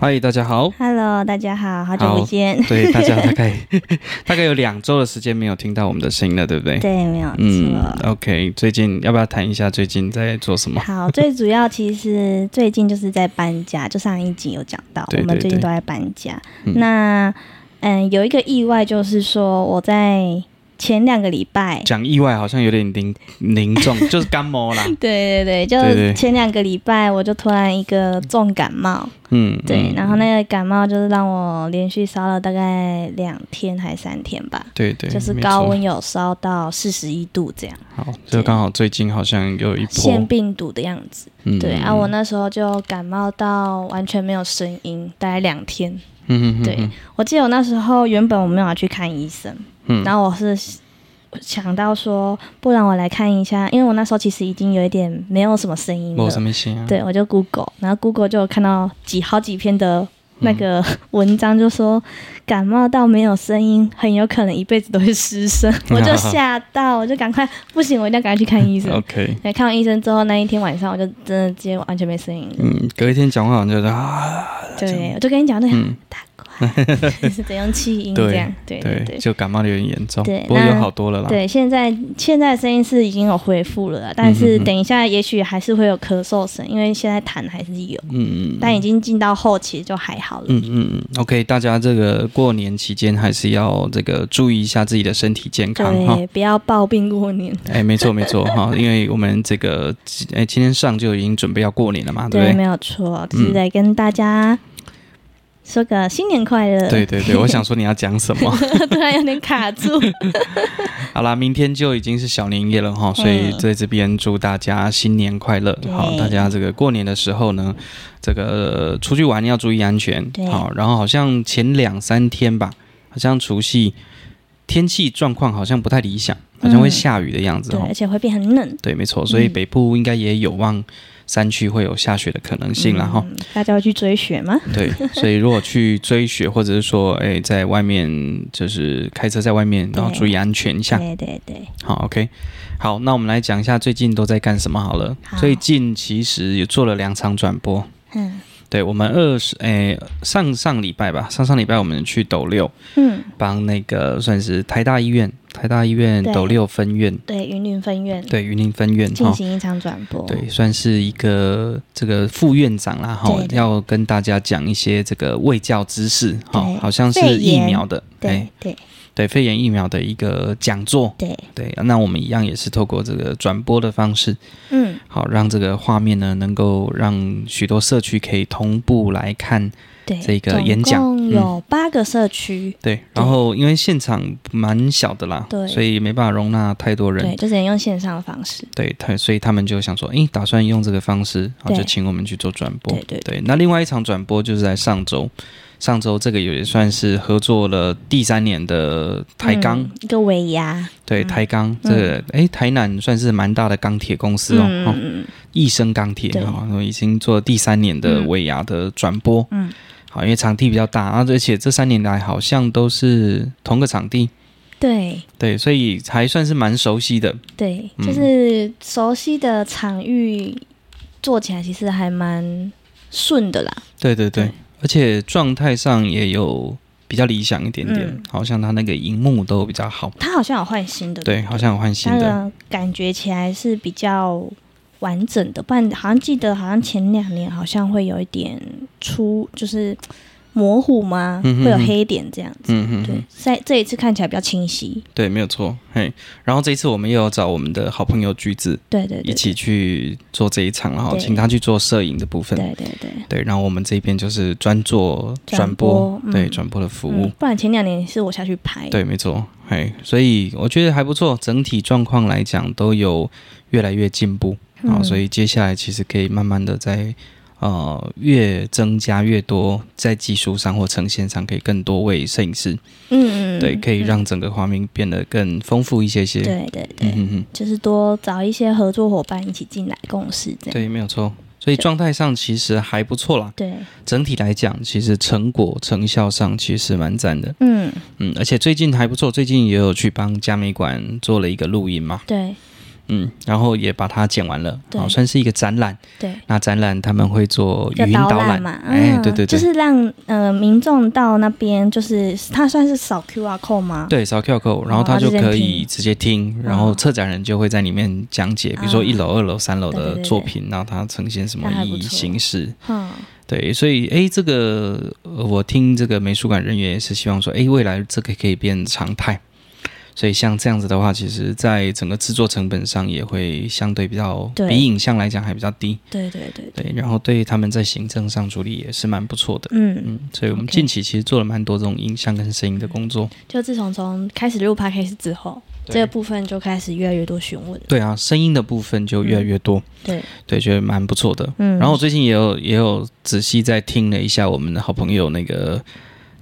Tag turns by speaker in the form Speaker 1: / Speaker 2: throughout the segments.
Speaker 1: 嗨，大家好。
Speaker 2: Hello，大家好，好久不见。
Speaker 1: 对，大家大概大概有两周的时间没有听到我们的声音了，对不 对？
Speaker 2: 对，没有错。
Speaker 1: 嗯，OK。最近要不要谈一下最近在做什么？
Speaker 2: 好，最主要其实最近就是在搬家，就上一集有讲到，
Speaker 1: 对对
Speaker 2: 我们最近
Speaker 1: 对
Speaker 2: 都在搬家。
Speaker 1: 嗯
Speaker 2: 那嗯，有一个意外就是说我在前两个礼拜，
Speaker 1: 讲意外好像有点凝凝 重，就是干冒啦。
Speaker 2: 对对对，就
Speaker 1: 对对
Speaker 2: 前两个礼拜我就突然一个重感冒，
Speaker 1: 嗯，
Speaker 2: 对，
Speaker 1: 嗯
Speaker 2: 然后？那个感冒就是让我连续烧了大概两天还三天吧，
Speaker 1: 对对，
Speaker 2: 就是
Speaker 1: 没错哦
Speaker 2: 高温。有烧到四十一度这样，
Speaker 1: 好，就刚好最近好像有一
Speaker 2: 腺
Speaker 1: 波。
Speaker 2: 病毒的样子。
Speaker 1: 嗯
Speaker 2: 对、啊，
Speaker 1: 嗯
Speaker 2: 我那时候就感冒到完全没有声音，大概两天。
Speaker 1: 嗯嗯嗯
Speaker 2: 对
Speaker 1: 嗯
Speaker 2: 我记得我那时候原本我没有要去看医生，
Speaker 1: 嗯
Speaker 2: 然后我是想到说，不然我来看一下，因为我那时候其实已经有一点没有什么声音
Speaker 1: 没什
Speaker 2: 了。
Speaker 1: 么心啊。
Speaker 2: 对，我就 Google，然后 Google 就有看到几好几篇的那个
Speaker 1: 嗯
Speaker 2: 文章，就说感冒到没有声音，很有可能一辈子都会失声。 我就吓到，我就赶快不行，我一定要赶快去看医 生。
Speaker 1: ，OK。
Speaker 2: 对，看完医生之后，那一天晚上我就真的直接完全没声音了。
Speaker 1: 嗯，隔一天讲话好像就是啊，
Speaker 2: 对，我就跟你讲，对，
Speaker 1: 嗯，
Speaker 2: 大怪 是怎样气 音这样，对对
Speaker 1: 对，
Speaker 2: 对。
Speaker 1: 就感冒的有点严重，
Speaker 2: 对
Speaker 1: 不过有
Speaker 2: 那
Speaker 1: 好多了啦。
Speaker 2: 对，现在现在声音是已经有恢复了啦，但是
Speaker 1: 嗯嗯嗯
Speaker 2: 等一下也许还是会有咳嗽声，因为现在痰还是有，
Speaker 1: 嗯，嗯嗯，
Speaker 2: 但已经进到后期就还好了。
Speaker 1: 嗯嗯嗯，OK，大家这个过年期间还是要这个注意一下自己的身体健康哈。
Speaker 2: 对，不要抱病过年。
Speaker 1: 哎，没错没错哈， 因为我们这个哎今天上就已经准备要过年了嘛，对
Speaker 2: 对，
Speaker 1: 不啊对？嗯
Speaker 2: 没有错，就是来跟大家说个新年快乐。
Speaker 1: 对，哦对对，我想说你要讲什么？
Speaker 2: 突然有点卡 住。
Speaker 1: 好啦，明天就已经是小年夜了哈，所以
Speaker 2: 嗯
Speaker 1: 在这边祝大家新年快乐。
Speaker 2: 对
Speaker 1: 好，大家这个过年的时候呢，这个呃出去玩要注意安全
Speaker 2: 对。
Speaker 1: 好，然后好像前两三天吧，好像除夕天气状况好像不太理想，好像会
Speaker 2: 嗯
Speaker 1: 下雨的样子
Speaker 2: 对，
Speaker 1: 哈。
Speaker 2: 而且会变很冷。
Speaker 1: 对，没错，所以
Speaker 2: 嗯
Speaker 1: 北部应该也有望山区会有下雪的可能性然后
Speaker 2: 嗯大家会去追雪吗？
Speaker 1: 对，所以如果去追雪，或者是说，哎，在外面就是开车在外面，然后
Speaker 2: 对
Speaker 1: 注意安全一下。
Speaker 2: 对对对，
Speaker 1: 好，OK，好，那我们来讲一下最近都在干什么好了。
Speaker 2: 好
Speaker 1: 最近其实也做了两场转播，
Speaker 2: 嗯
Speaker 1: 对我们二十，哎，上上礼拜吧，上上礼拜我们去斗六
Speaker 2: 嗯，
Speaker 1: 帮那个算是台大医院，台大医院
Speaker 2: 对
Speaker 1: 斗六分院，
Speaker 2: 对，云林分院
Speaker 1: 对云林分院哈
Speaker 2: 进。行一场转播。
Speaker 1: 嗯哦对，算是一个这个副院长啦，哈
Speaker 2: 对，对
Speaker 1: 要跟大家讲一些这个卫教知识，哈
Speaker 2: 对，
Speaker 1: 好像是
Speaker 2: 肺
Speaker 1: 疫
Speaker 2: 炎
Speaker 1: 苗的，哎
Speaker 2: 对对
Speaker 1: 对，肺炎疫苗的一个讲座，
Speaker 2: 对，
Speaker 1: 对，那我们一样也是透过这个转播的方式，
Speaker 2: 嗯，
Speaker 1: 好，让这个画面呢能够让许多社区可以同步来看，
Speaker 2: 对。
Speaker 1: 这个
Speaker 2: 总
Speaker 1: 演讲
Speaker 2: 共
Speaker 1: 嗯
Speaker 2: 有八个社区，
Speaker 1: 对，然后因为现场蛮小的啦，
Speaker 2: 对
Speaker 1: 所以没办法容纳太多人
Speaker 2: 对，，就只能用线上的方式。
Speaker 1: 对，他所以他们就想说，诶，打算用这个方式，然后
Speaker 2: 对
Speaker 1: 就请我们去做转播。
Speaker 2: 对对
Speaker 1: 那另外一场转播就是在上周，上周这个也算是合作了第三年的台钢，
Speaker 2: 嗯一个尾牙，
Speaker 1: 对台钢这个，诶，台南算是蛮大的钢铁公司哦，
Speaker 2: 嗯
Speaker 1: 哦
Speaker 2: 嗯
Speaker 1: 益生钢铁
Speaker 2: 对
Speaker 1: 哦，已经做了第三年的尾牙的转播。
Speaker 2: 嗯嗯，
Speaker 1: 好，因为场地比较大，啊然后而且这三年来好像都是同个场地，
Speaker 2: 对
Speaker 1: 对，所以还算是蛮熟悉的。
Speaker 2: 对，
Speaker 1: 嗯
Speaker 2: 就是熟悉的场域做起来其实还蛮顺的啦。
Speaker 1: 对对对，
Speaker 2: 对
Speaker 1: 而且状态上也有比较理想一点点，
Speaker 2: 嗯
Speaker 1: 好像它那个荧幕都比较好，
Speaker 2: 它好像有换新的，
Speaker 1: 对，好像有换新
Speaker 2: 它
Speaker 1: 的，
Speaker 2: 的感觉起来是比较完整的，不然好像记得好像前两年好像会有一点出就是模糊吗？
Speaker 1: 嗯哼
Speaker 2: 会有
Speaker 1: 哼
Speaker 2: 黑点这样子。
Speaker 1: 嗯嗯
Speaker 2: 对
Speaker 1: 嗯，，
Speaker 2: 在这一次看起来比较清晰。
Speaker 1: 对，没有错，嘿。然后这一次我们又有找我们的好朋友橘子
Speaker 2: 对对对，
Speaker 1: 一起去做这一场，然后
Speaker 2: 对
Speaker 1: 请他去做摄影的部分，
Speaker 2: 对对对，
Speaker 1: 对，然后我们这边就是专做
Speaker 2: 转
Speaker 1: 转
Speaker 2: 播嗯
Speaker 1: 对转播的服务。
Speaker 2: 嗯，不然前两年是我下去拍。
Speaker 1: 哦对，没错，嘿，所以我觉得还不错，整体状况来讲都有越来越进步。
Speaker 2: 嗯，
Speaker 1: 好、所以接下来其实可以慢慢的在呃越增加越多，在技术上或呈现上可以更多为摄影师，
Speaker 2: 嗯，嗯
Speaker 1: 对，可以
Speaker 2: 嗯
Speaker 1: 让整个画面变得更丰富一些些。
Speaker 2: 对对对，
Speaker 1: 嗯哼哼，
Speaker 2: 就是多找一些合作伙伴一起进来共事这样。
Speaker 1: 对，没有错。所以状态上其实还不错啦，
Speaker 2: 对，
Speaker 1: 整体来讲，其实成果成效上其实蛮赞的。
Speaker 2: 嗯，
Speaker 1: 嗯，而且最近还不错，最近也有去帮嘉美馆做了一个录音嘛，
Speaker 2: 对
Speaker 1: 嗯，然后也把它剪完了，
Speaker 2: 对
Speaker 1: 好、算是一个展览。
Speaker 2: 对。
Speaker 1: 那展览他们会做
Speaker 2: 一个
Speaker 1: 语音导览
Speaker 2: 览嘛，
Speaker 1: 哎、
Speaker 2: 嗯
Speaker 1: 对对对，
Speaker 2: 就是让呃民众到那边，就是它算是扫 QR code 吗？
Speaker 1: 对扫 QR code，然后他就可以直接听，然后
Speaker 2: 哦啊
Speaker 1: 策展人就会在里面讲解，比如说一楼、二楼、三楼
Speaker 2: 对对
Speaker 1: 的
Speaker 2: 对对
Speaker 1: 作品，然后它呈现什么
Speaker 2: 那还不
Speaker 1: 意义
Speaker 2: 错
Speaker 1: 形式。
Speaker 2: 嗯，
Speaker 1: 对，所以哎，这个呃我听这个美术馆人员也是希望说，哎，未来这个可以变常态。所以像这样子的话，其实在整个制作成本上也会相对比较，
Speaker 2: 对
Speaker 1: 比影像来讲还比较低。
Speaker 2: 对对对，
Speaker 1: 对，然后对他们在行政上处理也是蛮不错的。
Speaker 2: 嗯，
Speaker 1: 嗯，所以我们
Speaker 2: OK
Speaker 1: 近期其实做了蛮多这种影像跟声音的工作。
Speaker 2: 就自从从开始录 p 开始之后，
Speaker 1: 对
Speaker 2: 这个部分就开始越来越多询问了。
Speaker 1: 对啊，声音的部分就越来越多，
Speaker 2: 嗯对，
Speaker 1: 对，觉得蛮不错的。
Speaker 2: 嗯，
Speaker 1: 然后我最近也有也有仔细在听了一下我们的好朋友那个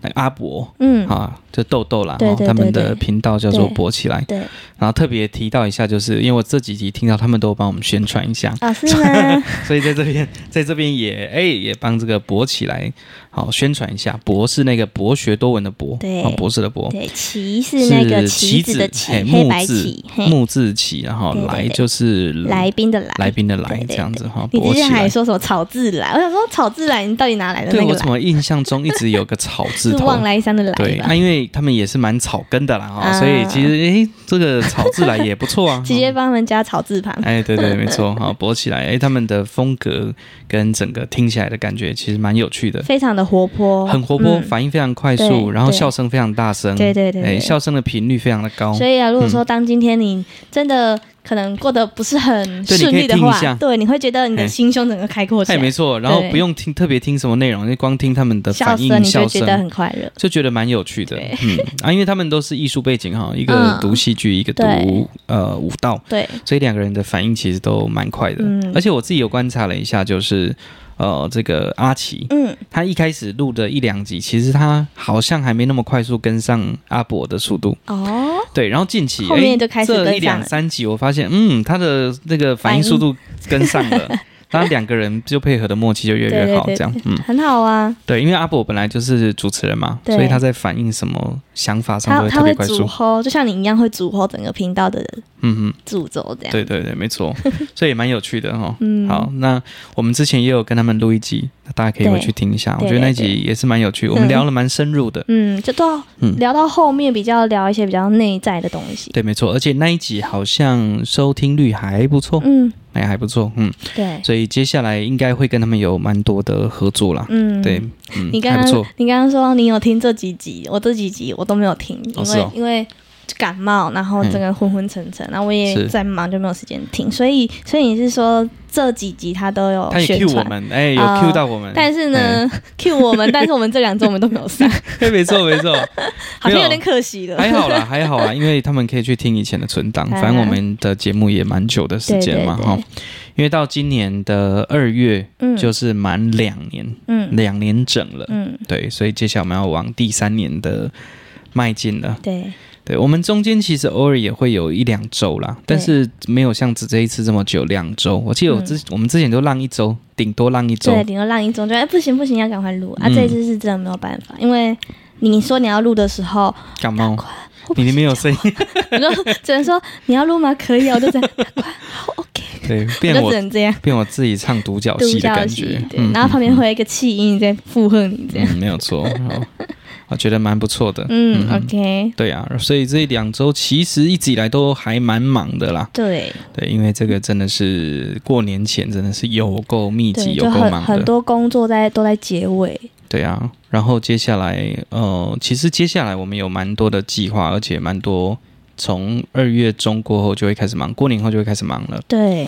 Speaker 1: 那个阿伯、
Speaker 2: 嗯，
Speaker 1: 啊，就豆豆啦，
Speaker 2: 对对对
Speaker 1: 他们的
Speaker 2: 对
Speaker 1: 频道叫做
Speaker 2: 对
Speaker 1: 博起来，
Speaker 2: 对，
Speaker 1: 然后特别提到一下，就是因为我这几集听到他们都有帮我们宣传 一下，
Speaker 2: 老师 呢？
Speaker 1: 所以在这边在这边也哎也帮这个博起来好宣传一下，博是那个博学多闻的博，
Speaker 2: 对
Speaker 1: 哦博士的博，
Speaker 2: 对，棋是那个棋
Speaker 1: 棋
Speaker 2: 子的
Speaker 1: 嘿
Speaker 2: 棋，黑
Speaker 1: 木
Speaker 2: 白
Speaker 1: 字
Speaker 2: 棋，嘿，
Speaker 1: 木字棋，然后
Speaker 2: 对对
Speaker 1: 来
Speaker 2: 对
Speaker 1: 就是
Speaker 2: 来宾的来
Speaker 1: 来。宾的来
Speaker 2: 对对
Speaker 1: 这
Speaker 2: 对
Speaker 1: 样子哈，
Speaker 2: 你
Speaker 1: 勃
Speaker 2: 之
Speaker 1: 起
Speaker 2: 前还
Speaker 1: 来。
Speaker 2: 说什么草字来？我想说草字来，你到底哪来的
Speaker 1: 对
Speaker 2: 那
Speaker 1: 我
Speaker 2: 个
Speaker 1: 怎
Speaker 2: 来？
Speaker 1: 么印象中一直有个草 字
Speaker 2: 是
Speaker 1: 头？
Speaker 2: 望来山的来
Speaker 1: 对，
Speaker 2: 吧
Speaker 1: 那、？因为他们也是蛮草根的啦哈、
Speaker 2: 啊
Speaker 1: 所以其实诶，这个草字来也不 错啊。
Speaker 2: 直接帮他们加草字旁。
Speaker 1: 哎，对对，没错 哈，勃起来，哎，他们的风格跟整个听起来的感觉其实蛮有趣的，
Speaker 2: 非常的活泼，
Speaker 1: 很活泼，
Speaker 2: 嗯
Speaker 1: 反应非常快速，
Speaker 2: 对
Speaker 1: 然后
Speaker 2: 对
Speaker 1: 笑声非常大声，
Speaker 2: 对对对
Speaker 1: 哎，
Speaker 2: 对
Speaker 1: 笑声的嗯频率非常的高，
Speaker 2: 所以啊，如果说当今天你真的可能过得不是很
Speaker 1: 对
Speaker 2: 顺利的
Speaker 1: 你可以听一
Speaker 2: 话，
Speaker 1: 下
Speaker 2: 对，你会觉得你
Speaker 1: 哎
Speaker 2: 的心胸整个开阔起
Speaker 1: 哎，没
Speaker 2: 来，
Speaker 1: 错，然后
Speaker 2: 对
Speaker 1: 不用听特别听什么内容，就光听他们的
Speaker 2: 笑
Speaker 1: 反
Speaker 2: 声
Speaker 1: 应
Speaker 2: 你就
Speaker 1: 笑
Speaker 2: 觉
Speaker 1: 声，
Speaker 2: 得很快乐。
Speaker 1: 就觉得蛮有趣的，
Speaker 2: 对
Speaker 1: 嗯啊，因为他们都是艺术背景哈，一个
Speaker 2: 嗯
Speaker 1: 读戏剧，一个读
Speaker 2: 对
Speaker 1: 呃舞蹈，
Speaker 2: 对，
Speaker 1: 所以两个人的反应其实都蛮快的。
Speaker 2: 嗯
Speaker 1: 而且我自己有观察了一下，就是呃，这个阿奇
Speaker 2: 嗯，
Speaker 1: 他一开始录的一两集，其实他好像还没那么快速跟上阿伯的速度，
Speaker 2: 哦，
Speaker 1: 对。然后近期
Speaker 2: 后面
Speaker 1: 诶
Speaker 2: 就开始跟上了
Speaker 1: 这一两三集，我发现嗯，他的那个反应速度跟上 了。当然，两个人就配合的默契就越来越好，
Speaker 2: 对对对
Speaker 1: 这样，嗯，
Speaker 2: 很好啊，
Speaker 1: 对，因为阿伯本来就是主持人嘛，
Speaker 2: 对
Speaker 1: 所以他在反映什么想法上
Speaker 2: 他
Speaker 1: 都会
Speaker 2: 他
Speaker 1: 特
Speaker 2: 会
Speaker 1: 别快速
Speaker 2: 组，合，就像你一样会组合整个频道的
Speaker 1: 嗯嗯，
Speaker 2: 主轴这样。
Speaker 1: 对对对，没错，所以也蛮有趣的哈、哦。
Speaker 2: 嗯，
Speaker 1: 好，，那我们之前也有跟他们录一集，大家可以回去听一下，我
Speaker 2: 对
Speaker 1: 觉得那
Speaker 2: 对
Speaker 1: 集也是蛮有趣，我们聊了蛮深入的。
Speaker 2: 嗯，就到
Speaker 1: 嗯
Speaker 2: 聊到后面比较聊一些比较内在的东西。
Speaker 1: 对，没错，而且那一集好像收听率还不错，
Speaker 2: 嗯，
Speaker 1: 哎、还不错，嗯，
Speaker 2: 对，
Speaker 1: 所以接下来应该会跟他们有蛮多的合作啦。
Speaker 2: 嗯，
Speaker 1: 对，嗯，
Speaker 2: 你刚
Speaker 1: 还不
Speaker 2: 刚
Speaker 1: 错，
Speaker 2: 你刚刚说你有听这几集，我这几集我都没有听，因
Speaker 1: 哦
Speaker 2: 为、
Speaker 1: 是哦嗯
Speaker 2: 因为感冒，然后整个昏昏沉沉，然后我也
Speaker 1: 是
Speaker 2: 在忙，就没有时间听。所以所以你是说这几集他都有
Speaker 1: 他也
Speaker 2: 哦宣
Speaker 1: Q 我
Speaker 2: 传？
Speaker 1: 们，哎、有
Speaker 2: 呃
Speaker 1: Q 到我们，
Speaker 2: 但是呢、q 我们，但是我们这两周我们都没有上，
Speaker 1: 嘿， 没错没错，
Speaker 2: 好像
Speaker 1: 没有
Speaker 2: 有点可惜了。
Speaker 1: 还好啦，还好啦，因为他们可以去听以前的存档，
Speaker 2: 啊
Speaker 1: 反正我们的节目也蛮久的时间嘛，
Speaker 2: 对对对
Speaker 1: 哈。因为到今年的二月
Speaker 2: 嗯，
Speaker 1: 就是满两年，
Speaker 2: 嗯
Speaker 1: 两年整了，
Speaker 2: 嗯，
Speaker 1: 对，所以接下来我们要往第三年的迈进了。
Speaker 2: 对
Speaker 1: 对，我们中间其实偶尔也会有一两周啦，但是没有像只这一次这么久，两周。我记得我之、我们之前都浪一周，顶多浪一周，
Speaker 2: 嗯对，顶多让一中就哎不行不行，要赶快录啊！
Speaker 1: 嗯
Speaker 2: 这一次是真的没有办法，因为你说你要录的时候，
Speaker 1: 感冒。
Speaker 2: 我
Speaker 1: 你里面有 声音，
Speaker 2: 我就只能说你要录吗？可以啊，我就这样，快好 OK，
Speaker 1: 对，
Speaker 2: 我
Speaker 1: 变
Speaker 2: 就
Speaker 1: 我
Speaker 2: 只能这样。
Speaker 1: 变我自己唱独角
Speaker 2: 独
Speaker 1: 戏的
Speaker 2: 角
Speaker 1: 感
Speaker 2: 戏
Speaker 1: 觉，，嗯
Speaker 2: 对，然后旁边会有一个气音在附和你这样。
Speaker 1: 嗯，没有错， 哦我觉得蛮不错的。
Speaker 2: 嗯
Speaker 1: 哼
Speaker 2: ，OK，
Speaker 1: 对啊，所以这两周其实一直以来都还蛮忙的啦。
Speaker 2: 对
Speaker 1: 对，因为这个真的是过年前真的是有够密
Speaker 2: 对，
Speaker 1: 集，有
Speaker 2: 就
Speaker 1: 够
Speaker 2: 很
Speaker 1: 忙
Speaker 2: 很
Speaker 1: 的。
Speaker 2: 多工作在都在结尾，
Speaker 1: 对啊，然后接下来呃，其实接下来我们有蛮多的计划，而且蛮多从二月中过后就会开始忙，过年后就会开始忙了。
Speaker 2: 对，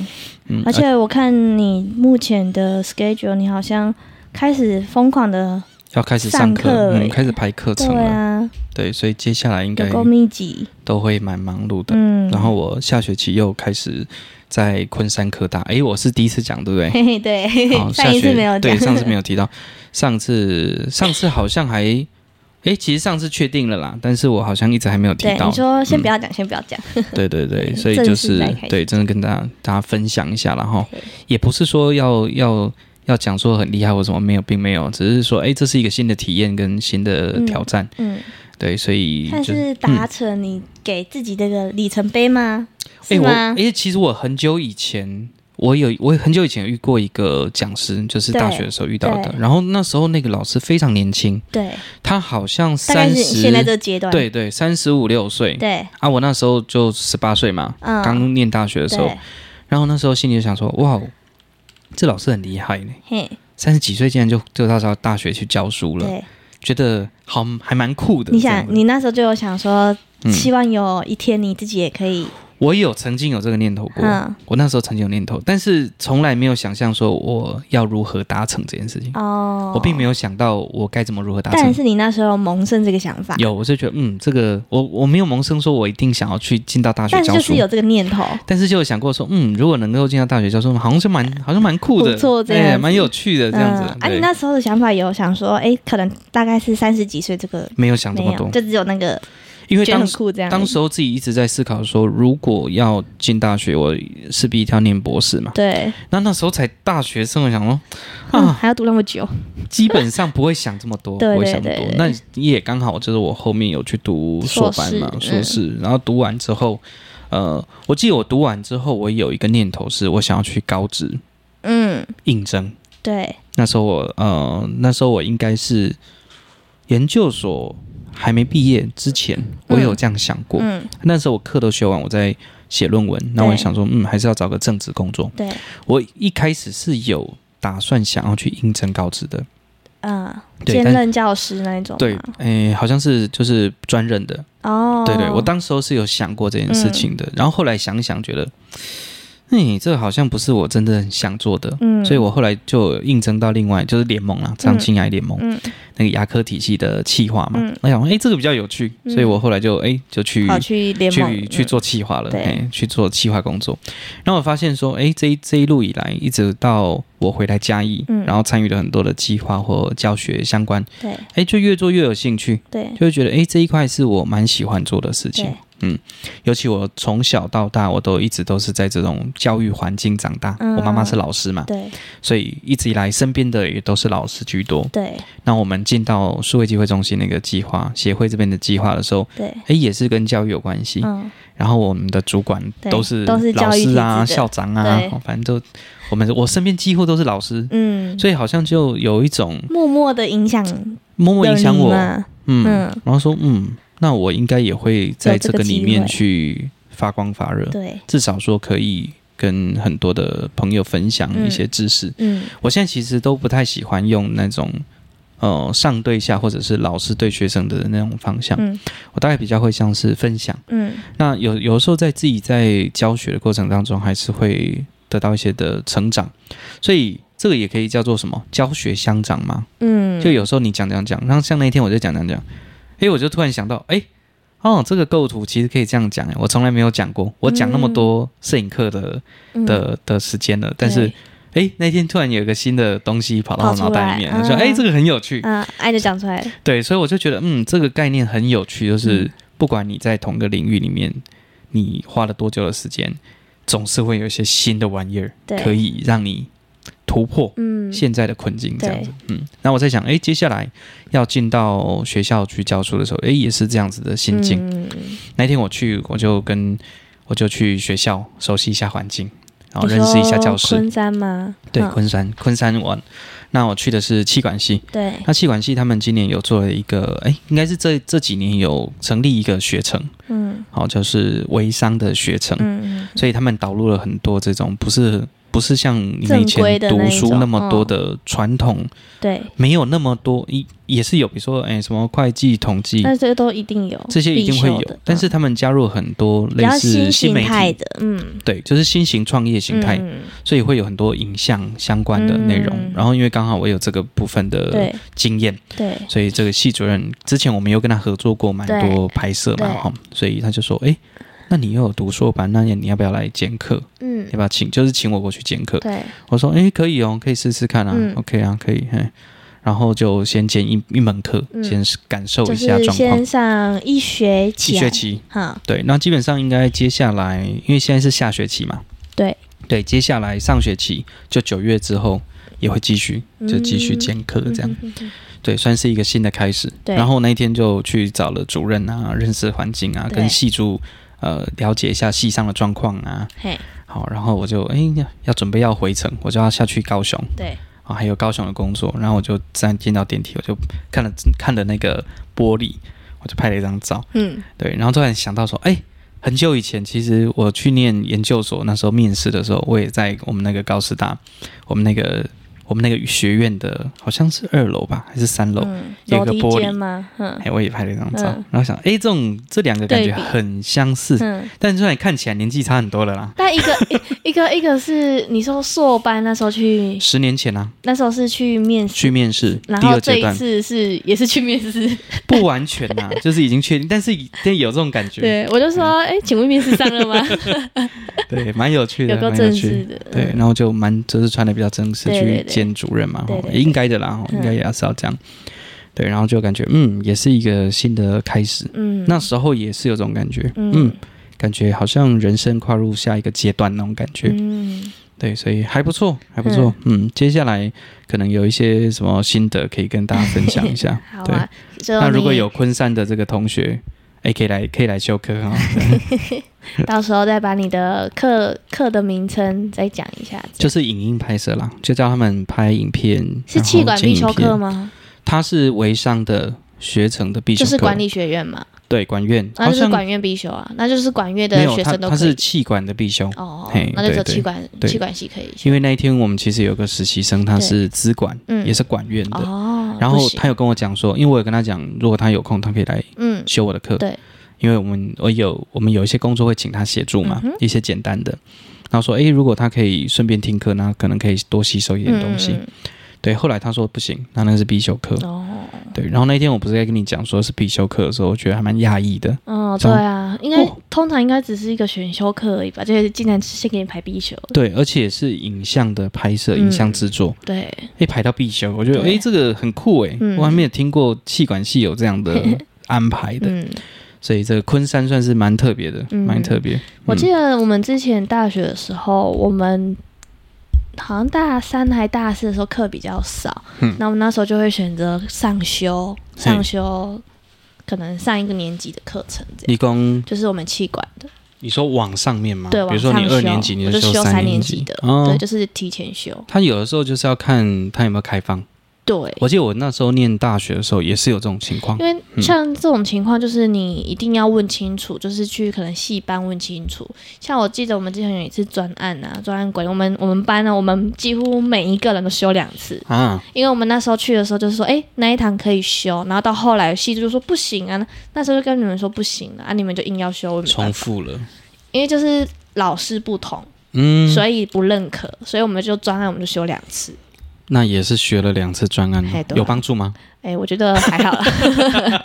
Speaker 1: 嗯，
Speaker 2: 而且我看你目前的 schedule，你好像开始疯狂的
Speaker 1: 要开始
Speaker 2: 上
Speaker 1: 课，
Speaker 2: 课了
Speaker 1: 嗯，
Speaker 2: 耶
Speaker 1: 开始排课程
Speaker 2: 对
Speaker 1: 了，
Speaker 2: 啊，
Speaker 1: 对，所以接下来应
Speaker 2: 有
Speaker 1: 该
Speaker 2: 够密集，
Speaker 1: 都会蛮忙碌的。
Speaker 2: 嗯，
Speaker 1: 然后我下学期又开始在昆山科大，诶，我是第一次讲，对不对？
Speaker 2: 嘿嘿 对
Speaker 1: 好，，
Speaker 2: 上一
Speaker 1: 下
Speaker 2: 次
Speaker 1: 学
Speaker 2: 没有
Speaker 1: 对，
Speaker 2: 讲，
Speaker 1: 上次没有提到，上次上次好像还，诶，其实上次确定了啦，但是我好像一直还没有提
Speaker 2: 对
Speaker 1: 到嗯
Speaker 2: 你。说先不要讲，先不要讲，
Speaker 1: 对对对，
Speaker 2: 对
Speaker 1: 所以
Speaker 2: 正
Speaker 1: 就
Speaker 2: 式
Speaker 1: 是
Speaker 2: 来开始
Speaker 1: 对，真的跟大家大家分享一下了哈
Speaker 2: 对，
Speaker 1: 也不是说要要要讲说很厉害或什么，没有，并没有，只是说诶，这是一个新的体验跟新的
Speaker 2: 嗯
Speaker 1: 挑战，
Speaker 2: 嗯，
Speaker 1: 对，所以
Speaker 2: 算
Speaker 1: 就是嗯
Speaker 2: 是达成你给自己这个里程碑吗？
Speaker 1: 哎、
Speaker 2: 是
Speaker 1: 我
Speaker 2: 吗？
Speaker 1: 哎，其实我很久以前，我有我很久以前有遇过一个讲师，就是大
Speaker 2: 对
Speaker 1: 学的时候遇到的。
Speaker 2: 对
Speaker 1: 然后那时候那个老师非常年轻，
Speaker 2: 对，
Speaker 1: 他好像
Speaker 2: 大概
Speaker 1: 三
Speaker 2: 是
Speaker 1: 十，
Speaker 2: 现在这个阶段，
Speaker 1: 对对，三十五六岁。
Speaker 2: 对，
Speaker 1: 啊，我那时候就十八岁嘛，
Speaker 2: 嗯
Speaker 1: 刚念大学的时候
Speaker 2: 对。，
Speaker 1: 然后那时候心里就想说，哇，哦这老师很厉害呢，
Speaker 2: 嘿，
Speaker 1: 三十几岁竟然就就到到大学去教书了，
Speaker 2: 对，
Speaker 1: 觉得好还蛮酷的。
Speaker 2: 你
Speaker 1: 这样
Speaker 2: 想，
Speaker 1: 子
Speaker 2: 你那时候就有想说，
Speaker 1: 嗯
Speaker 2: 希望有一天你自己也可以，
Speaker 1: 我有曾经有这个念头过，
Speaker 2: 嗯
Speaker 1: 我那时候曾经有念头，但是从来没有想象说我要如何达成这件事情。
Speaker 2: 哦，
Speaker 1: 我并没有想到我该怎么如何达
Speaker 2: 但
Speaker 1: 成。
Speaker 2: 是你那时候萌生这个想法，
Speaker 1: 有，我就觉得嗯，这个我我没有萌生说我一定想要去进到大学
Speaker 2: 但是
Speaker 1: 教
Speaker 2: 就
Speaker 1: 书
Speaker 2: 是，有这个念头，
Speaker 1: 但是就有想过说，嗯，如果能够进到大学教书，好像是蛮好像蛮酷的，
Speaker 2: 不错这样
Speaker 1: 哎
Speaker 2: 子
Speaker 1: 蛮有趣的这样子。
Speaker 2: 嗯啊，
Speaker 1: 对
Speaker 2: 你那时候的想法有想说，哎，可能大概是三十几岁这个
Speaker 1: 没有想这
Speaker 2: 没
Speaker 1: 么
Speaker 2: 有，
Speaker 1: 多，
Speaker 2: 就只有那个
Speaker 1: 因为
Speaker 2: 觉得
Speaker 1: 当
Speaker 2: 很
Speaker 1: 时
Speaker 2: 酷这样，
Speaker 1: 当时候自己一直在思考说，如果要进大学，我势必一定要念博士嘛。
Speaker 2: 对，
Speaker 1: 那那时候才大学生，我想说
Speaker 2: 嗯，
Speaker 1: 啊，
Speaker 2: 还要读那么久，
Speaker 1: 基本上不会想这么 多，
Speaker 2: 对
Speaker 1: 不会想这么
Speaker 2: 对
Speaker 1: 多
Speaker 2: 对。
Speaker 1: 那你也刚好就是我后面有去读硕班嘛，
Speaker 2: 硕士嗯
Speaker 1: 硕士，然后读完之后，呃，我记得我读完之后，我有一个念头是我想要去高职
Speaker 2: 嗯，
Speaker 1: 应征。
Speaker 2: 对，
Speaker 1: 那时候我呃，那时候我应该是研究所还没毕业之前，我有这样想过。
Speaker 2: 嗯，
Speaker 1: 那时候我课都修完，我在写论文，那我想说，嗯，还是要找个正职工作。
Speaker 2: 对，
Speaker 1: 我一开始是有打算想要去应征高职的，
Speaker 2: 嗯，
Speaker 1: 对
Speaker 2: 兼
Speaker 1: 但
Speaker 2: 任教师那一种，
Speaker 1: 对，，诶、好像是就是专任的，
Speaker 2: 哦，嗯
Speaker 1: 对对，我当时候是有想过这件事情的，然后后来想一想觉得，嗯，这好像不是我真正想做的，
Speaker 2: 嗯
Speaker 1: 所以我后来就应征到另外就是联盟啦，张青癌联盟、
Speaker 2: 嗯
Speaker 1: 那个牙科体系的企划嘛
Speaker 2: 嗯，
Speaker 1: 我想哎这个比较有趣，
Speaker 2: 嗯
Speaker 1: 所以我后来就哎就去
Speaker 2: 跑去联盟
Speaker 1: 去去
Speaker 2: 嗯
Speaker 1: 做企划了，
Speaker 2: 对
Speaker 1: 哎去做企划工作，然后我发现说哎这一这一路以来一直到我回来嘉义，
Speaker 2: 嗯
Speaker 1: 然后参与了很多的计划或教学相关，
Speaker 2: 对嗯
Speaker 1: 哎就越做越有兴趣，
Speaker 2: 对
Speaker 1: 就会觉得，诶，这一块是我蛮喜欢做的事情
Speaker 2: 对。
Speaker 1: 嗯，尤其我从小到大，我都一直都是在这种教育环境长大。
Speaker 2: 嗯
Speaker 1: 我妈妈是老师嘛，
Speaker 2: 对
Speaker 1: 所以一直以来身边的也都是老师居多。
Speaker 2: 对
Speaker 1: 那我们进到数位机会中心那个计划协会这边的计划的时候，
Speaker 2: 对，
Speaker 1: 诶，也是跟教育有关系。
Speaker 2: 嗯，
Speaker 1: 然后我们的主管
Speaker 2: 对
Speaker 1: 都是
Speaker 2: 都是
Speaker 1: 老
Speaker 2: 教育体
Speaker 1: 师
Speaker 2: 制
Speaker 1: 啊、
Speaker 2: 的
Speaker 1: 校长啊
Speaker 2: 对，
Speaker 1: 哦反正都我们我身边几乎都是老师，
Speaker 2: 嗯，
Speaker 1: 所以好像就有一种
Speaker 2: 默默的影响，
Speaker 1: 默默影响我。
Speaker 2: 嘛，
Speaker 1: 嗯
Speaker 2: 嗯，
Speaker 1: 然后说，嗯，那我应该也会在
Speaker 2: 有这
Speaker 1: 这
Speaker 2: 个
Speaker 1: 个里
Speaker 2: 机
Speaker 1: 面
Speaker 2: 会
Speaker 1: 去发光发热，
Speaker 2: 对，
Speaker 1: 至少说可以跟很多的朋友分享一些知识。
Speaker 2: 嗯
Speaker 1: 我现在其实都不太喜欢用那种。呃，上对下或者是老师对学生的那种方向，
Speaker 2: 嗯
Speaker 1: 我大概比较会像是分享。
Speaker 2: 嗯，
Speaker 1: 那有有时候在自己在教学的过程当中，还是会得到一些的成长，所以这个也可以叫做什么教学相长吗？
Speaker 2: 嗯，
Speaker 1: 就有时候你讲讲讲，然后像那一天我就讲讲讲，诶，我就突然想到，诶，哦，这个构图其实可以这样讲，诶，我从来没有讲过，我讲那么多摄影课的、
Speaker 2: 嗯
Speaker 1: 的的时间了，但是
Speaker 2: 对
Speaker 1: 诶，那天突然有一个新的东西跑到我
Speaker 2: 跑出
Speaker 1: 脑袋里面，
Speaker 2: 来
Speaker 1: 我说
Speaker 2: 嗯
Speaker 1: 诶，这个很有趣，
Speaker 2: 啊，爱就讲出来了，
Speaker 1: 对，所以我就觉得，嗯，这个概念很有趣，就是
Speaker 2: 嗯
Speaker 1: 不管你在同个领域里面，你花了多久的时间，总是会有一些新的玩意儿
Speaker 2: 对
Speaker 1: 可以让你突破，
Speaker 2: 嗯，
Speaker 1: 现在的困境这样
Speaker 2: 对
Speaker 1: 子。嗯，那我在想，诶，接下来要进到学校去教书的时候，诶，也是这样子的心境。
Speaker 2: 嗯，
Speaker 1: 那天我去，我就跟我就去学校熟悉一下环境，然后
Speaker 2: 你
Speaker 1: 认识一下
Speaker 2: 说
Speaker 1: 教室。
Speaker 2: 昆山吗？
Speaker 1: 对，
Speaker 2: 嗯
Speaker 1: 昆山，昆山玩。那我去的是气管系，
Speaker 2: 对，
Speaker 1: 那气管系他们今年有做了一个，诶，应该是这这几年有成立一个学程，
Speaker 2: 嗯
Speaker 1: 好、就是微商的学程。
Speaker 2: 嗯嗯
Speaker 1: 所以他们导入了很多这种不是不是像你们以
Speaker 2: 正规
Speaker 1: 前
Speaker 2: 的
Speaker 1: 读
Speaker 2: 那一
Speaker 1: 书
Speaker 2: 种嗯
Speaker 1: 那么多的传统，
Speaker 2: 对，
Speaker 1: 没有那么多，也也是有，比如说哎什么会计、统计
Speaker 2: 但这都一定有，
Speaker 1: 这些一定
Speaker 2: 必
Speaker 1: 会
Speaker 2: 修
Speaker 1: 有
Speaker 2: 的，嗯
Speaker 1: 但是他们加入很多
Speaker 2: 比
Speaker 1: 类
Speaker 2: 较
Speaker 1: 似
Speaker 2: 新
Speaker 1: 新
Speaker 2: 形
Speaker 1: 媒
Speaker 2: 态
Speaker 1: 体，
Speaker 2: 的，嗯，
Speaker 1: 对，就是新型创业形态，
Speaker 2: 嗯
Speaker 1: 所以会有很多影像相关的内容。
Speaker 2: 嗯
Speaker 1: 然后因为刚好我有这个部分的
Speaker 2: 对
Speaker 1: 经验，
Speaker 2: 对
Speaker 1: 所以这个系主任之前我们有跟他合作过蛮多拍摄嘛，
Speaker 2: 对
Speaker 1: 哈，所以他就说，哎，那你又有读硕班，那你要不要来兼课？
Speaker 2: 嗯
Speaker 1: 要不要请？就是请我过去兼课。
Speaker 2: 对
Speaker 1: 我说，哎，可以哦，可以试试看啊、
Speaker 2: 嗯
Speaker 1: o k 啊，可以，嘿。然后就先兼一一门课，
Speaker 2: 嗯
Speaker 1: 先感受
Speaker 2: 就
Speaker 1: 一下
Speaker 2: 是
Speaker 1: 状况
Speaker 2: 先，上一学期
Speaker 1: 一
Speaker 2: 啊，
Speaker 1: 学期。
Speaker 2: 哈，
Speaker 1: 对，那基本上应该接下来，因为现在是下学期嘛，
Speaker 2: 对
Speaker 1: 对，接下来上学期就九月之后也会继续，就继续
Speaker 2: 嗯
Speaker 1: 兼课这样，
Speaker 2: 嗯，嗯嗯嗯
Speaker 1: 对，算是一个新的开始。
Speaker 2: 对
Speaker 1: 然后那一天就去找了主任啊，认识环境啊，
Speaker 2: 对
Speaker 1: 跟系助呃了解一下系上的状况啊。
Speaker 2: 嘿，
Speaker 1: 好，然后我就哎呀要准备要回程，我就要下去高雄
Speaker 2: 对，
Speaker 1: 啊，还有高雄的工作，然后我就站进到电梯，我就看了看了那个玻璃，我就拍了一张照。
Speaker 2: 嗯，
Speaker 1: 对，然后突然想到说，哎，很久以前，其实我去念研究所那时候面试的时候，我也在我们那个高师大，我们那个我们那个学院的，好像是二楼吧，还是三楼？
Speaker 2: 嗯
Speaker 1: 有一
Speaker 2: 楼
Speaker 1: 个
Speaker 2: 梯
Speaker 1: 玻璃
Speaker 2: 间吗？嗯
Speaker 1: 哎、我也拍了一张照，
Speaker 2: 嗯
Speaker 1: 然后想，哎，这种这两个感觉
Speaker 2: 对比
Speaker 1: 很相似，
Speaker 2: 嗯，
Speaker 1: 但虽然看起来年纪差很多了啦，
Speaker 2: 但一个一一个一个是你说硕班那时候去，
Speaker 1: 十年前啊，
Speaker 2: 那时候是去面试，
Speaker 1: 去面试
Speaker 2: 然
Speaker 1: 第
Speaker 2: 后
Speaker 1: 二
Speaker 2: 这
Speaker 1: 阶
Speaker 2: 一
Speaker 1: 段，
Speaker 2: 次是也是去面 试。
Speaker 1: 不完全呐、就是已经确定，但是但有这种感觉，
Speaker 2: 对，我就说，哎，请问面试上 了吗？
Speaker 1: 对，蛮有趣的，
Speaker 2: 有够
Speaker 1: 蛮有
Speaker 2: 正
Speaker 1: 趣的
Speaker 2: 式。的。
Speaker 1: 对，然后就蛮就是穿的比较正式
Speaker 2: 对
Speaker 1: 去
Speaker 2: 对对
Speaker 1: 见主任嘛，
Speaker 2: 对
Speaker 1: 吼
Speaker 2: 对对嗯
Speaker 1: 应该的啦，吼应该也要是要这样。对，然后就感觉嗯，也是一个新的开始。
Speaker 2: 嗯，
Speaker 1: 那时候也是有这种感觉，嗯
Speaker 2: 嗯
Speaker 1: 感觉好像人生跨入下一个阶段那种感觉。
Speaker 2: 嗯，。
Speaker 1: 对，所以还不错，还不错。嗯接下来可能有一些什么心得可以跟大家分享一下
Speaker 2: 好
Speaker 1: 对
Speaker 2: 啊，。最后
Speaker 1: 那如果
Speaker 2: 你
Speaker 1: 有昆山的这个同学，哎，可以来可以来修课哈、
Speaker 2: 到时候再把你的课课的名称再讲一下。
Speaker 1: 就是影音拍摄啦，就叫他们拍影片，
Speaker 2: 是气管必修
Speaker 1: 然后剪影
Speaker 2: 课
Speaker 1: 片
Speaker 2: 吗？
Speaker 1: 它是微商的学程的必修
Speaker 2: 就
Speaker 1: 课，
Speaker 2: 是管理学院嘛，
Speaker 1: 对管院，
Speaker 2: 那
Speaker 1: 好
Speaker 2: 就是
Speaker 1: 像
Speaker 2: 管院必修啊，那就是管院的
Speaker 1: 没有
Speaker 2: 学
Speaker 1: 它
Speaker 2: 生都
Speaker 1: 它
Speaker 2: 可
Speaker 1: 是
Speaker 2: 以。
Speaker 1: 气管的必修，
Speaker 2: 哦
Speaker 1: 嘿，
Speaker 2: 那就只有
Speaker 1: 对对
Speaker 2: 气管
Speaker 1: 对
Speaker 2: 气管系可以修。
Speaker 1: 因为那一天我们其实有个实习生，他是资管，
Speaker 2: 嗯
Speaker 1: 也是管院的，
Speaker 2: 哦，
Speaker 1: 然后
Speaker 2: 不行
Speaker 1: 他有跟我讲说，因为我有跟他讲，如果他有空，他可以来
Speaker 2: 嗯
Speaker 1: 修我的课，
Speaker 2: 对，
Speaker 1: 因为我们我有我们有一些工作会请他协助
Speaker 2: 嗯
Speaker 1: 嘛，一些简单的。然后说，诶，如果他可以顺便听课，那可能可以多吸收一点东西。
Speaker 2: 嗯
Speaker 1: 对，后来他说不行，那那个是必修课。
Speaker 2: 哦
Speaker 1: 对，然后那天我不是在跟你讲说是必修课的时候，我觉得还蛮讶异的。
Speaker 2: 哦，
Speaker 1: 从
Speaker 2: 对啊，应该
Speaker 1: 哦
Speaker 2: 通常应该只是一个选修课而已吧，就是竟然先给你排必修，
Speaker 1: 对，而且是影像的拍摄、影像制作，
Speaker 2: 对，
Speaker 1: 诶，排到必修，我觉得
Speaker 2: 嗯对
Speaker 1: 诶，这个很酷诶，
Speaker 2: 嗯
Speaker 1: 我还没有听过气管系有这样的 安排的，
Speaker 2: 嗯，
Speaker 1: 所以这个昆山算是蛮特别的，
Speaker 2: 嗯
Speaker 1: 蛮特别。
Speaker 2: 我记
Speaker 1: 得、
Speaker 2: 得我们之前大学的时候，我们好像大三还大四的时候课比较少，
Speaker 1: 嗯
Speaker 2: 那我们那时候就会选择上修，
Speaker 1: 嘿
Speaker 2: 上修可能上一个年级的课程，这样
Speaker 1: 你讲，
Speaker 2: 就是我们气管的，
Speaker 1: 嗯你说往上面吗？
Speaker 2: 对，
Speaker 1: 比如
Speaker 2: 往
Speaker 1: 说
Speaker 2: 上
Speaker 1: 你
Speaker 2: 修，
Speaker 1: 二年级，你
Speaker 2: 我就
Speaker 1: 修
Speaker 2: 三
Speaker 1: 年
Speaker 2: 级的，
Speaker 1: 哦
Speaker 2: 对，。就是提前修，
Speaker 1: 他有的时候就是要看他有没有开放。
Speaker 2: 对。
Speaker 1: 我嗯记得我那时候念大学的时候也是有这种情况
Speaker 2: 因。为像这种情况，就是你一定要问清楚，就是去可能系班问清楚。像我记得我们之前有一次专案啊，专案管理，我们我们班呢，我们几乎每一个人都修两次，
Speaker 1: 啊，
Speaker 2: 因为我们那时候去的时候就是说，哎，那一堂可以修，然后到后来系主就说不行啊，那那时候就跟你们说不行了啊，你们就硬要修，我也没办
Speaker 1: 重
Speaker 2: 法，
Speaker 1: 复了，
Speaker 2: 因为就是老师不同，
Speaker 1: 嗯，
Speaker 2: 所以不认可，所以我们就专案我们就修两次，
Speaker 1: 那也是学了两次专案
Speaker 2: 嘿，对啊
Speaker 1: 有帮助吗？
Speaker 2: 哎，我觉得还好啦，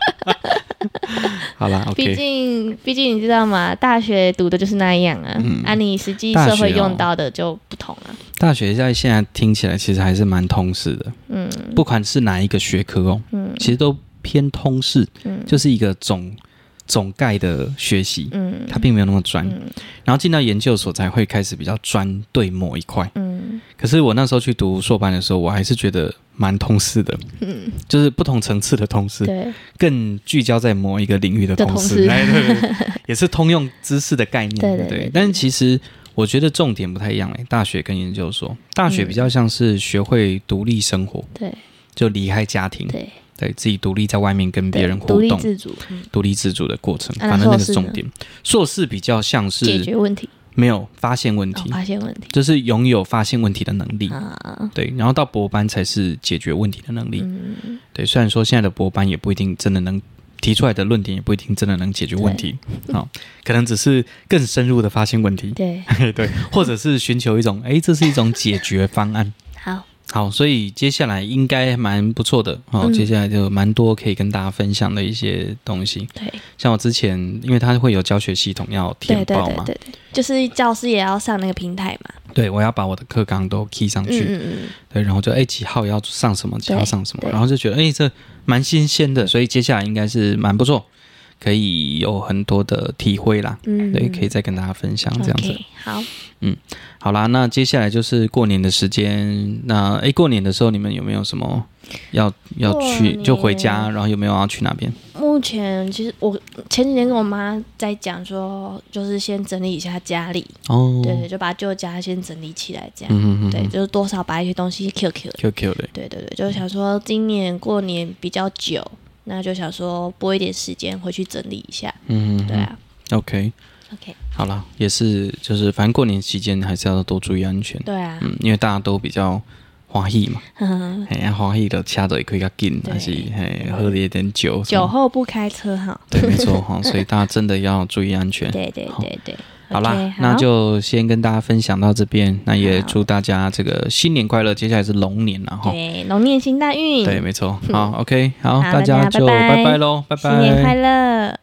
Speaker 1: 好啦
Speaker 2: 毕
Speaker 1: ，OK，
Speaker 2: 竟毕竟你知道吗，大学读的就是那样啊，啊，你实际
Speaker 1: 嗯大学
Speaker 2: 社会
Speaker 1: 哦
Speaker 2: 用到的就不同啊，
Speaker 1: 大学在现在听起来其实还是蛮通识的，
Speaker 2: 嗯
Speaker 1: 不管是哪一个学科哦，
Speaker 2: 嗯
Speaker 1: 其实都偏通识，
Speaker 2: 嗯
Speaker 1: 就是一个总总概的学习，
Speaker 2: 嗯
Speaker 1: 它并没有那么专。
Speaker 2: 嗯
Speaker 1: 然后进到研究所才会开始比较专对某一块。
Speaker 2: 嗯
Speaker 1: 可是我那时候去读硕班的时候，我还是觉得蛮通识的，
Speaker 2: 嗯，
Speaker 1: 就是不同层次的通识，
Speaker 2: 对，
Speaker 1: 更聚焦在某一个领域的
Speaker 2: 的
Speaker 1: 通
Speaker 2: 同
Speaker 1: 识，
Speaker 2: 事
Speaker 1: 哎对对对 也是通用知识的概念，
Speaker 2: 对
Speaker 1: 对
Speaker 2: 对
Speaker 1: 不
Speaker 2: 对
Speaker 1: 对
Speaker 2: 对。
Speaker 1: 但是其实我觉得重点不太一样哎，大学跟研究所，大学比较像是学会独立生活，
Speaker 2: 对
Speaker 1: 就离开家庭，
Speaker 2: 对
Speaker 1: 对自己独立在外面跟别人
Speaker 2: 对独
Speaker 1: 互
Speaker 2: 立
Speaker 1: 动，
Speaker 2: 自主，嗯
Speaker 1: 独立自主的过程，
Speaker 2: 啊那
Speaker 1: 反正那个
Speaker 2: 硕士
Speaker 1: 是
Speaker 2: 呢
Speaker 1: 重点。硕士比较像
Speaker 2: 解
Speaker 1: 是
Speaker 2: 决问题，
Speaker 1: 没有发现问
Speaker 2: 哦
Speaker 1: 题，
Speaker 2: 发现问题
Speaker 1: 就是拥有发现问题的能力。
Speaker 2: 啊，
Speaker 1: 对，然后到博班才是解决问题的能力。
Speaker 2: 嗯，
Speaker 1: 对，虽然说现在的博班也不一定真的能提出来的论点，也不一定真的能解决问题，好、可能只是更深入的发现问题，
Speaker 2: 对，
Speaker 1: 对，或者是寻求一种，诶，这是一种解决方案。
Speaker 2: 好，
Speaker 1: 好，所以接下来应该蛮不错的哦，
Speaker 2: 嗯
Speaker 1: 接下来就蛮多可以跟大家分享的一些东西。
Speaker 2: 对，
Speaker 1: 像我之前，因为它会有教学系统要填
Speaker 2: 对对
Speaker 1: 报
Speaker 2: 对
Speaker 1: 嘛，
Speaker 2: 对对，就是教师也要上那个平台嘛，
Speaker 1: 对我要把我的课纲都 key 上
Speaker 2: 嗯
Speaker 1: 去，
Speaker 2: 嗯嗯，
Speaker 1: 对，然后就哎几号要上什么，几号上什么，
Speaker 2: 对
Speaker 1: 然后就觉得哎这蛮新鲜的，所以接下来应该是蛮不错，可以有很多的体会啦。
Speaker 2: 嗯
Speaker 1: 对，可以再跟大家分享这样子。
Speaker 2: OK，好，
Speaker 1: 好啦，那接下来就是过年的时间。那哎，过年的时候你们有没有什么要要去
Speaker 2: 过年
Speaker 1: 就回家，然后有没有要去哪边？
Speaker 2: 目前其实我前几天跟我妈在讲说，就是先整理一下家里，
Speaker 1: 哦，
Speaker 2: 对对，就把旧家先整理起来，这样，
Speaker 1: 嗯嗯嗯，
Speaker 2: 对，就是多少把一些东西 QQ
Speaker 1: ，Q Q 的，
Speaker 2: 对对对，就是想说今年过年比较久，那就想说拨一点时间回去整理一下。
Speaker 1: 嗯嗯，
Speaker 2: 对啊、
Speaker 1: 嗯，OK，
Speaker 2: o k
Speaker 1: 好啦，也是就是反正过年期间还是要多注意安全，
Speaker 2: 对啊，
Speaker 1: 嗯，因为大家都比较欢喜嘛。
Speaker 2: 嗯、
Speaker 1: 嘿，啊，欢喜的车都会开较紧，
Speaker 2: 对
Speaker 1: 还是嘿喝了一点酒什
Speaker 2: 酒
Speaker 1: 么，
Speaker 2: 后不开车哈。
Speaker 1: 对，没错 哈，所以大家真的要注意安全。
Speaker 2: 对对对对，
Speaker 1: 哎好啦
Speaker 2: OK，
Speaker 1: 那就先跟大家分享到这边，那也
Speaker 2: 好
Speaker 1: 祝大家这个新年快乐，接下来是龙年了哈。
Speaker 2: 对龙年行大运，
Speaker 1: 对，没错。好，OK，好，
Speaker 2: 好
Speaker 1: 大
Speaker 2: 大
Speaker 1: 家
Speaker 2: 家
Speaker 1: 就
Speaker 2: 拜拜
Speaker 1: 拜拜喽，拜拜，
Speaker 2: 新年快乐。